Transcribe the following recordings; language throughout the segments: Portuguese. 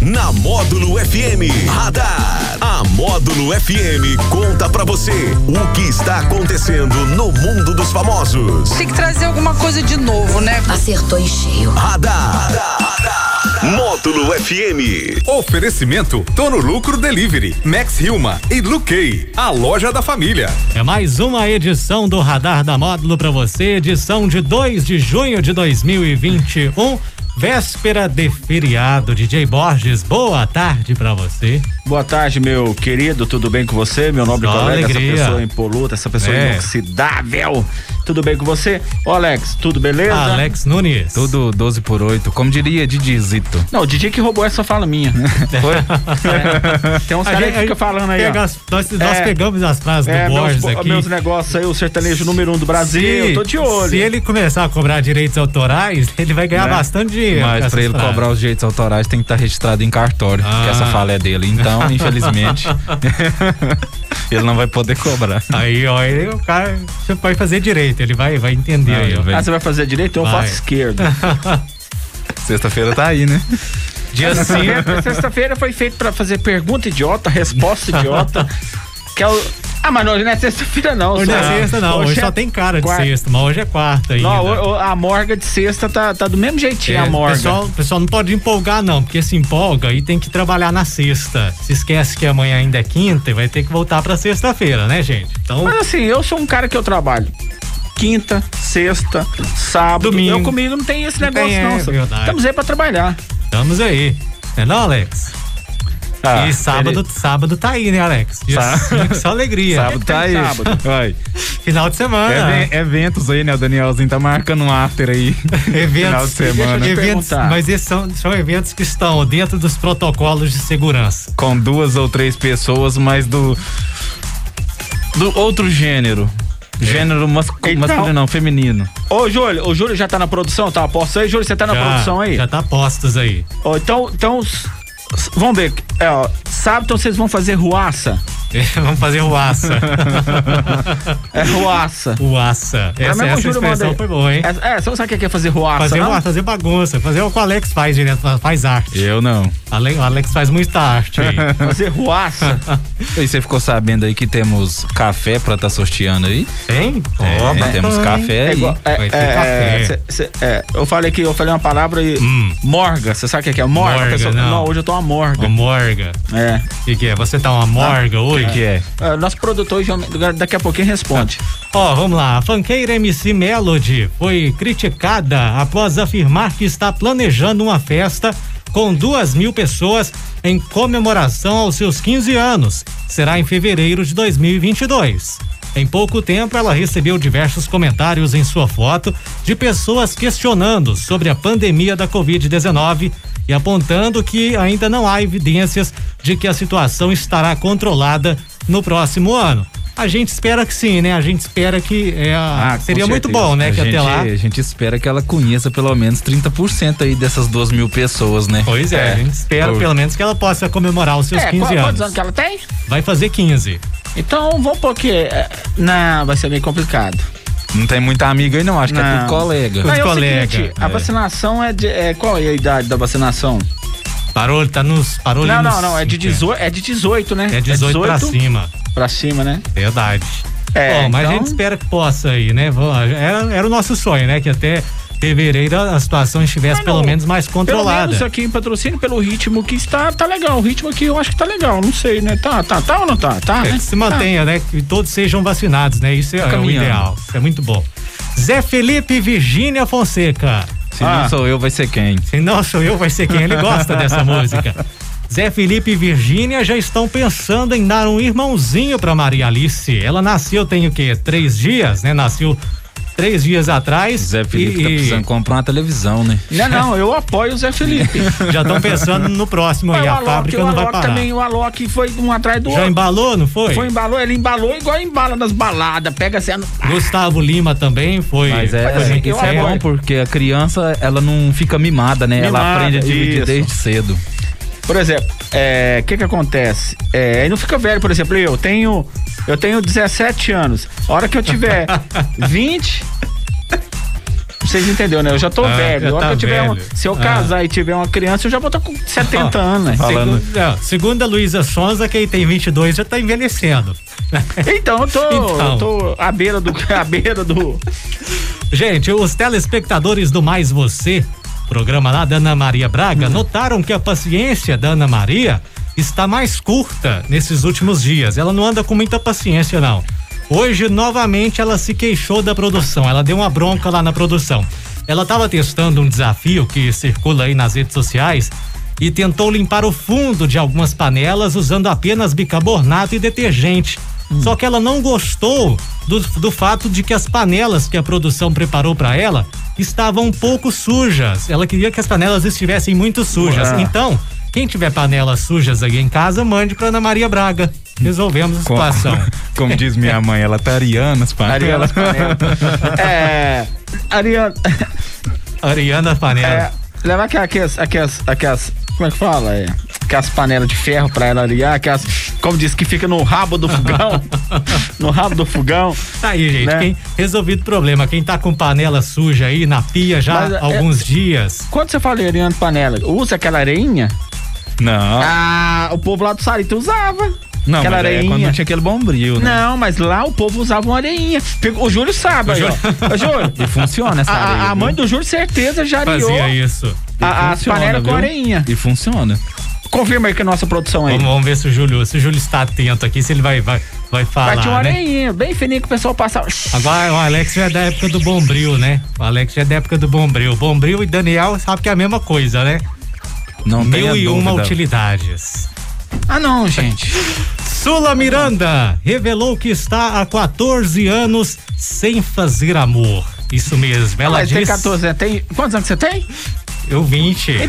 Na Módulo FM Radar. A Módulo FM conta pra você o que está acontecendo no mundo dos famosos. Tem que trazer alguma coisa de novo, né? Acertou em cheio. Radar. Módulo FM. Oferecimento Tono Lucro Delivery, Max Hilma e Luquei, a loja da família. É mais uma edição do Radar da Módulo para você, edição de 2 de junho de 2021, véspera de feriado. DJ Borges, boa tarde para você. Boa tarde, meu querido. Tudo bem com você, meu nobre Só colega? alegria. Essa pessoa impoluta, essa pessoa É. inoxidável. Tudo bem com você? Ô, Alex, tudo beleza? Alex Nunes. Tudo 12 por 8, como diria Didizito. Não, o DJ que roubou essa fala minha. Foi? É. Tem uns A caras gente- que ficam falando aí. ó. pega as- nós nós É. pegamos as frases É, do Borges meus, aqui. meus negócios aí, o sertanejo número um do Brasil. eu tô de olho. Se ele começar a cobrar direitos autorais, ele vai ganhar Né? bastante dinheiro. com Mas essas pra ele frases. cobrar os direitos autorais tem que estar registrado em cartório, Ah. que essa fala é dele. Então, infelizmente, ele não vai poder cobrar. Aí, ó, ele, o cara você pode fazer direito, ele vai, vai entender Aí, aí, ó. velho. Ah, você vai fazer direito? Eu Vai. faço esquerda. Sexta-feira tá aí, né? Dia Sim, 5. é, sexta-feira foi feito pra fazer pergunta idiota, resposta idiota. que é o... Ah, mas hoje não é sexta-feira, não. Hoje não só- é sexta, não. Hoje, é só tem cara de quarta. sexta, mas hoje é quarta ainda. Não, o- o- a morga de sexta tá, tá do mesmo jeitinho, É, a o morga. pessoal, o pessoal não pode empolgar, não, porque se empolga e tem que trabalhar na sexta. Se esquece que amanhã ainda é quinta e vai ter que voltar pra sexta-feira, né, gente? Então, Mas assim, eu sou um cara que eu trabalho. Quinta, sexta, sábado. Domingo. Eu comigo não tem esse negócio, tem, não. é só- verdade. Estamos aí pra trabalhar. estamos aí. Não é não, Alex? e sábado, sábado tá aí, né, Alex? Dia Ah, Sá- cinco, Só alegria. Sábado tá aí. sábado. Vai. Final de semana. Even- eventos aí, né? O Danielzinho tá marcando um after aí. Final de Eventos, Deixa eu semana. te eventos perguntar. mas esses são, são eventos que estão dentro dos protocolos de segurança. Com duas ou três pessoas, mas do. Do outro gênero. Gênero mas- Então- masculino, não, feminino. Ô, Júlio, o Júlio já tá na produção, tá? Posso aí, Júlio? Você tá na produção aí? já tá postos aí. Ô, então, então. s- s- Vamos ver. É, ó, sábado então, vocês vão fazer ruaça. Vamos fazer o aça. É ruaça. o aça. Essa, É mesmo o essa Júlio expressão manda aí. foi boa, hein? É, é, você não sabe o que é fazer ruaça, Fazer, não? uma- fazer bagunça, fazer o que o Alex faz direto, faz arte. Eu não. Ale- O Alex faz muita arte aí. Fazer ruaça. E você ficou sabendo aí que temos café pra tá sorteando aí? Tem? É, temos café É aí. igual- é, vai ter é, café. Hum. é, cê- cê- é, eu falei que eu falei uma palavra e. Morga, você sabe o que é que é? Morga? Morga, a pessoa- não. hoje eu tô uma morga. Uma morga. É. O que, que é? Você tá uma morga hoje? que é? É, nosso produtor já- daqui a pouquinho responde. Ó, vamos lá. A funkeira MC Melody foi criticada após afirmar que está planejando uma festa com duas mil pessoas em comemoração aos seus 15 anos. Será em fevereiro de 2022. Em pouco tempo, ela recebeu diversos comentários em sua foto de pessoas questionando sobre a pandemia da Covid-19 e apontando que ainda não há evidências de que a situação estará controlada no próximo ano. A gente espera que sim, né? A gente espera que é, a- Ah, com seria muito certeza. bom, né? a, que gente, até lá. a gente espera que ela conheça pelo menos 30% aí dessas duas mil pessoas, né? Pois é, a gente espera Por- pelo menos que ela possa comemorar os seus é, 15 qual- anos. quantos anos que ela tem? Vai fazer 15. Então vamos pôr que. é, Não, vai ser meio complicado. Não tem muita amiga aí não, acho que é Não. tudo colega. Mas- Aí é o colega, seguinte, a é. vacinação é de. é, qual é a idade da vacinação? Parou, tá nos. Parou ali Não, não, nos não. É de 50. 18, é de 18 né? É 18 pra cima. pra cima, né? Verdade. É, Bom, mas a então- gente espera que possa aí, né? Vó? Era, era o nosso sonho, né? Que até fevereiro a situação estivesse Mas pelo não, menos mais Pelo controlada. menos aqui em patrocínio, pelo ritmo que está, tá legal. O ritmo aqui eu acho que tá legal, não sei, né? Tá, tá, tá ou não tá? Tá, É, né? que se mantenha, né? Que todos sejam vacinados, né? Isso é, é o caminhando. ideal. Isso é muito bom. Zé Felipe Virgínia Fonseca. Se Ah. não sou eu, vai ser quem? Se não sou eu, vai ser quem ele gosta dessa música. Zé Felipe e Virgínia já estão pensando em dar um irmãozinho pra Maria Alice. Ela nasceu, tem o quê? Três dias, né? Nasceu três dias atrás. Zé Felipe e- tá precisando comprar uma televisão, né? Não, não, eu apoio o Zé Felipe. e Já estão pensando no próximo Mas aí. o A Alok, fábrica o não vai Alok parar. também, o Alok foi um atrás do Já outro. embalou, não foi? Foi, embalou, ele embalou igual embala nas baladas, pega assim. ah, Gustavo Lima também foi. Mas é, foi muito isso é certo. bom, porque a criança, ela não fica mimada, né? ela Mimada, aprende a dividir isso. desde cedo. Por exemplo, é, o que que acontece? É, aí não fica velho, por exemplo, eu tenho eu tenho 17 anos. A hora que eu tiver 20 vocês entenderem, né? Eu já tô Ah, velho. já A hora tá que eu tiver um- velho. se eu Ah. casar e tiver uma criança, eu já vou estar com 70 Ó, anos, né? Falando. Segundo, é, segundo a Luísa Sonza, quem tem 22 já tá envelhecendo. Então, eu tô, Então. eu tô à beira do. À beira do. Gente, os telespectadores do Mais Você, programa lá da Ana Maria Braga, notaram que a paciência da Ana Maria está mais curta nesses últimos dias. Ela não anda com muita paciência, não. Hoje, novamente, ela se queixou da produção. Ela deu uma bronca lá na produção. Ela estava testando um desafio que circula aí nas redes sociais e tentou limpar o fundo de algumas panelas usando apenas bicarbonato e detergente. Hum. Só que ela não gostou do, do fato de que as panelas que a produção preparou para ela estavam um pouco sujas. Ela queria que as panelas estivessem muito sujas. Ah. Então, quem tiver panelas sujas aí em casa, mande para Ana Maria Braga. Resolvemos a Com- situação. Como diz minha mãe, ela tá ariana as Ariana panelas. Panela. né? É. Ariana. Ariana Panela. É, levar aquelas, aquelas, aquelas, aquelas. Como é que fala? É, aquelas panelas de ferro pra ela aliar, aquelas. Como diz, que fica no rabo do fogão. no rabo do fogão. Tá aí, gente. Né? Quem, resolvido o problema. Quem tá com panela suja aí na pia já Mas, há é- alguns dias. Quando você fala em Ariana Panela, usa aquela areinha? Não. Ah, o povo lá do Sarita usava. Não, aquela mas aí é areinha. quando não tinha aquele bombril, né? Não, mas lá o povo usava uma areinha. Pegou- O Júlio sabe, aí, ó. Ô, Júlio. E funciona essa A, areia. a- a viu? mãe do Júlio, certeza, já areou Fazia isso. E a- as funciona, panelas com viu? areinha. E funciona. Confirma aí que a nossa produção aí. Vamos, vamos ver se o Júlio, se o Júlio está atento aqui, se ele vai, vai, vai falar. Bate um uma né? areinha, bem fininho que o pessoal passava. Agora, o Alex já é da época do Bombril, né? O Alex já é da época do Bombril. Bombril e Daniel sabe que é a mesma coisa, né? Não Mil e tenha uma dúvida. utilidades. Ah, não, gente. Sula Miranda revelou que está há 14 anos sem fazer amor. Isso mesmo, ela Ah, Mas é disse. tem 14 anos. Tem... Quantos anos você tem? Eu 20. Tem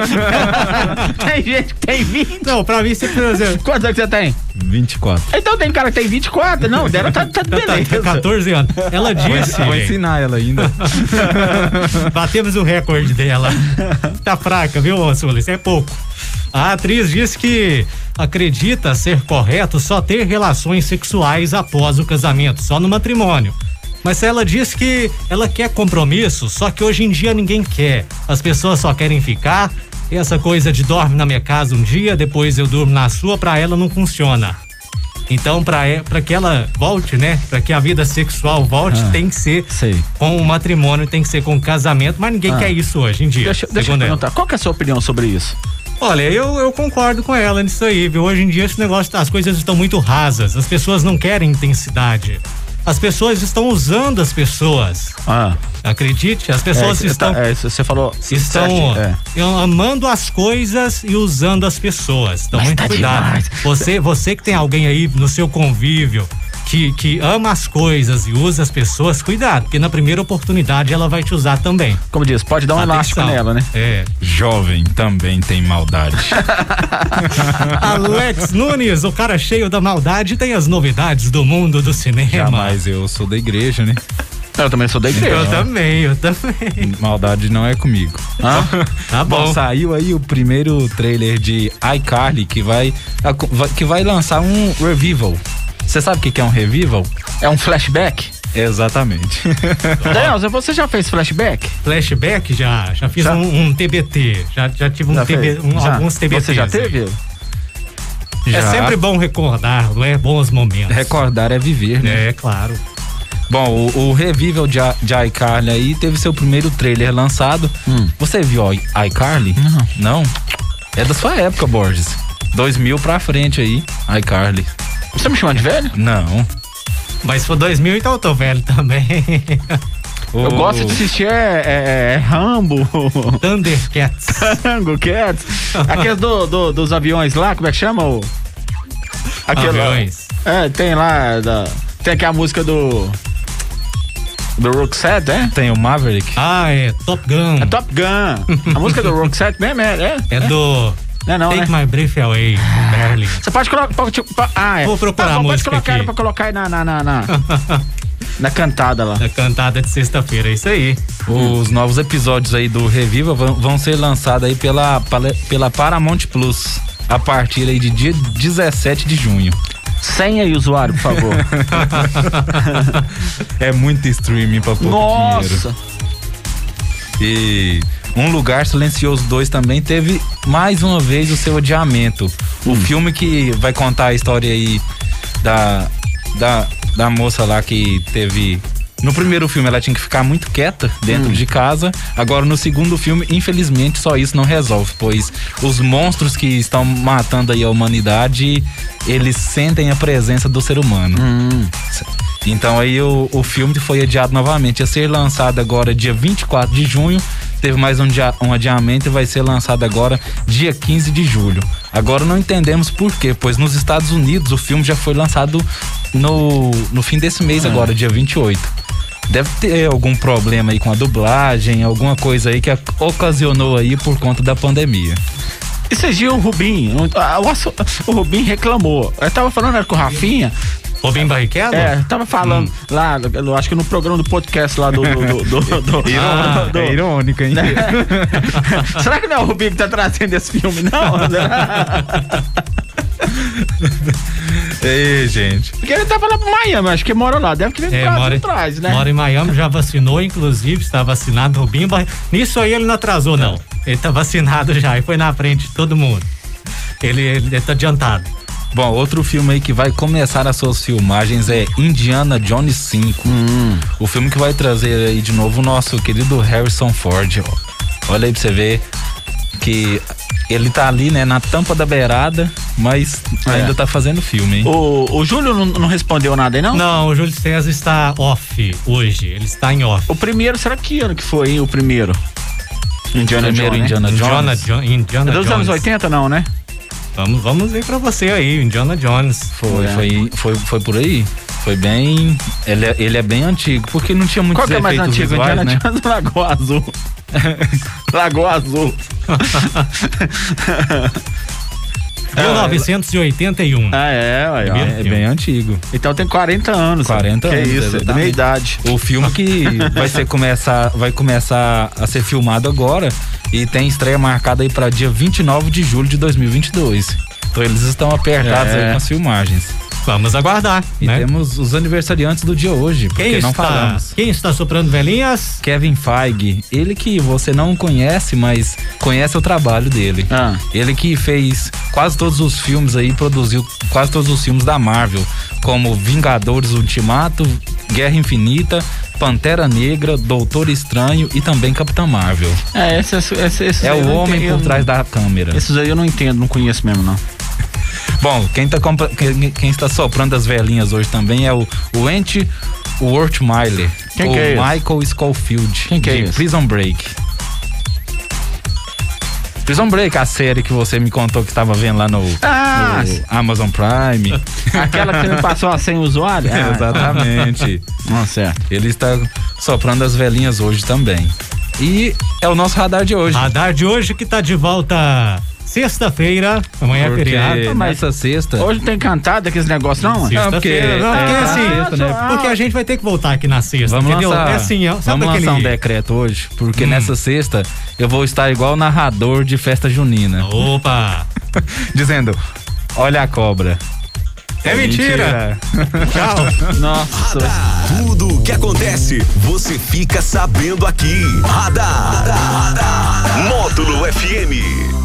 gente. tem gente que tem 20. Não, pra mim você precisa. Quantos anos você tem? 24. Então tem cara que tem 24. Não, dela tá, tá beleza. 14 É anos. Ela disse. Vou gente, ensinar ela ainda. Batemos o recorde dela. tá fraca, viu, Sula? Isso é pouco. A atriz diz que acredita ser correto só ter relações sexuais após o casamento, só no matrimônio. Mas ela diz que ela quer compromisso, só que hoje em dia ninguém quer. As pessoas só querem ficar. E essa coisa de dorme na minha casa um dia, depois eu durmo na sua, pra ela não funciona. Então, pra, e- pra que ela volte, né? Pra que a vida sexual volte, tem que ser Sei. com o matrimônio, tem que ser com o casamento, mas ninguém quer isso hoje em dia. Ah. Deixa, deixa eu segundo ela. perguntar, qual que é a sua opinião sobre isso? Olha, eu, eu concordo com ela nisso aí, viu? Hoje em dia esse negócio, tá- as coisas estão muito rasas, as pessoas não querem intensidade. As pessoas estão usando as pessoas. Ah, Acredite, as é, pessoas tá- estão, é, isso você falou. estão certinho, é. eu- amando as coisas e usando as pessoas. Então, Mas muito tá cuidado. demais. Você, você que tem alguém aí no seu convívio que, que ama as coisas e usa as pessoas, cuidado, porque na primeira oportunidade ela vai te usar também. Como diz, pode dar um elástico Atenção. nela, né? É. Jovem também tem maldade. Alex Nunes, o cara cheio da maldade, tem as novidades do mundo do cinema. É Jamais eu sou da igreja, né? Eu também sou da igreja. Eu também, eu também. Maldade não é comigo. Tá bom. Bom, saiu aí o primeiro trailer de iCarly que vai, que vai lançar um revival. Você sabe o que que é um revival? É um flashback? Exatamente. Daniel, você já fez flashback? Flashback já, já fiz Já? Um, um TBT, já, já tive um Já TB, fez? um- Já. alguns assim. TBTs. Você já aí. teve? É Já. sempre bom recordar, não é? Bons momentos. Recordar é viver, né? É, claro. Bom, o, o revival de, I- de iCarly aí teve seu primeiro trailer lançado. Você viu ó, iCarly? Hum. Não. Não? É da sua época, Borges. 2000 pra frente aí, iCarly. Você me chama de velho? Não. Mas se for 2000, então eu tô velho também. Eu gosto de assistir é, é, é, Rambo, Thundercats. Tango, Cats, aqueles do, do- dos aviões lá, como é que chama? O... Aquele lá. Aviões. É, tem lá, da- tem aqui a música do do Roxette, né? Tem o Maverick? Ah, é Top Gun. É Top Gun. A música do Roxette mesmo é, é? É do Não é não, né? Take My Brief Away, Berlin. Você pode colocar. pode- tipo, pa- ah, é. Vou procurar a bom, música Pode colocar aqui. pra colocar aí na. Na, na, na, na cantada lá. Da cantada de sexta-feira, é isso aí. Os novos episódios aí do Reviva vão, vão ser lançados aí pela, pala- pela Paramount Plus a partir aí de dia 17 de junho. Senha aí, usuário, por favor. É muito streaming pra pouco dinheiro. Nossa! E Um Lugar Silencioso 2 também teve mais uma vez o seu adiamento. O filme que vai contar a história aí da, da, da moça lá que teve. No primeiro filme ela tinha que ficar muito quieta dentro de casa. Agora no segundo filme, infelizmente, só isso não resolve, pois os monstros que estão matando aí a humanidade, eles sentem a presença do ser humano. Então aí o, o filme foi adiado novamente. Ia ser lançado agora dia 24 de junho. Teve mais um, dia- um adiamento e vai ser lançado agora dia 15 de julho. Agora não entendemos por quê, pois nos Estados Unidos o filme já foi lançado no, no fim desse mês agora, dia 28. Deve ter algum problema aí com a dublagem, alguma coisa aí que a- ocasionou aí por conta da pandemia. Esse dia o Rubim, o, a- o, assu- o Rubim reclamou. Eu tava falando era com o Rafinha, Robin Barrichello? é, eu tava falando lá, eu acho que no programa do podcast lá do. do, do, do- do- do- do- irônico, hein? Será que não é o Rubim que tá trazendo esse filme, não? né? Ei, gente. Porque ele tava lá pro Miami, acho que mora lá. Deve que vem pro É, Brasil mora, em- atrás, né? mora em Miami, já vacinou, inclusive, está vacinado Rubinho. Bar- Nisso aí ele não atrasou, não. Ele tá vacinado já e foi na frente de todo mundo. Ele, ele tá adiantado. Bom, outro filme aí que vai começar as suas filmagens é Indiana Jones 5. Hum. O filme que vai trazer aí de novo o nosso querido Harrison Ford. ó. Olha aí pra você ver que ele tá ali, né, na tampa da beirada, mas É. ainda tá fazendo filme, hein? O, o Júlio não, não respondeu nada aí, não? Não, o Júlio César está off hoje. Ele está em off. O primeiro, será que ano que foi, hein? O primeiro? Indiana primeiro Jones. né? Indiana Jones. Indiana, Jo- Indiana É dos anos Jones. 80, não, né? Vamos, vamos ver pra você aí, Indiana Jones. É. Foi, foi, foi, foi por aí. Foi bem. Ele é, ele é bem antigo, porque não tinha muitos Qual que é mais efeitos antigo? visuais, Indiana né? Jones ou Lagoa Azul? Lagoa Azul. 1981. Ah, é, ué, ó. Primeiro? É bem antigo. Então tem 40 anos. 40 que anos, Que isso, é da minha exatamente. idade. O filme que vai, ser começar, vai começar a ser filmado agora e tem estreia marcada aí para dia 29 de julho de 2022. Então eles estão apertados É. aí com as filmagens. Vamos aguardar, E né? temos os aniversariantes do dia hoje, porque Quem não está, falamos. quem está soprando velhinhas? Kevin Feige, ele que você não conhece, mas conhece o trabalho dele. Ah. Ele que fez quase todos os filmes aí, produziu quase todos os filmes da Marvel, como Vingadores Ultimato, Guerra Infinita, Pantera Negra, Doutor Estranho e também Capitã Marvel. É, esse, esse, esse, É o homem um por trás da câmera. Esses aí eu não entendo, não conheço mesmo, não. Bom, quem, tá compra- quem- quem está soprando as velhinhas hoje também é o, o Ant Wortmeiler. Quem o que é esse? Michael Schofield. Quem que é de esse? Prison Break. Prison Break, a série que você me contou que estava vendo lá no, Ah, no Amazon Prime. É, aquela que não passou a Ah, 100 usuário? Ah, Exatamente. Não, certo. Ele está soprando as velhinhas hoje também. E é o nosso radar de hoje. Radar de hoje que tá de volta sexta-feira. Amanhã é feriado. porque mas- nessa sexta. Hoje não tem cantado aqueles negócios, não? Sim. Não, porque, Sexta-feira, não, Ah, porque é, assim, sexta, né? Porque a gente vai ter que voltar aqui na sexta, Vamos entendeu? lançar, é assim, é, sabe Hum. vamos aquele... lançar um decreto hoje, porque nessa sexta eu vou estar igual narrador de festa junina, Opa! dizendo: Olha a cobra. É mentira! Tchau! Nossa. Tudo o que acontece, você fica sabendo aqui. Radar. Módulo FM.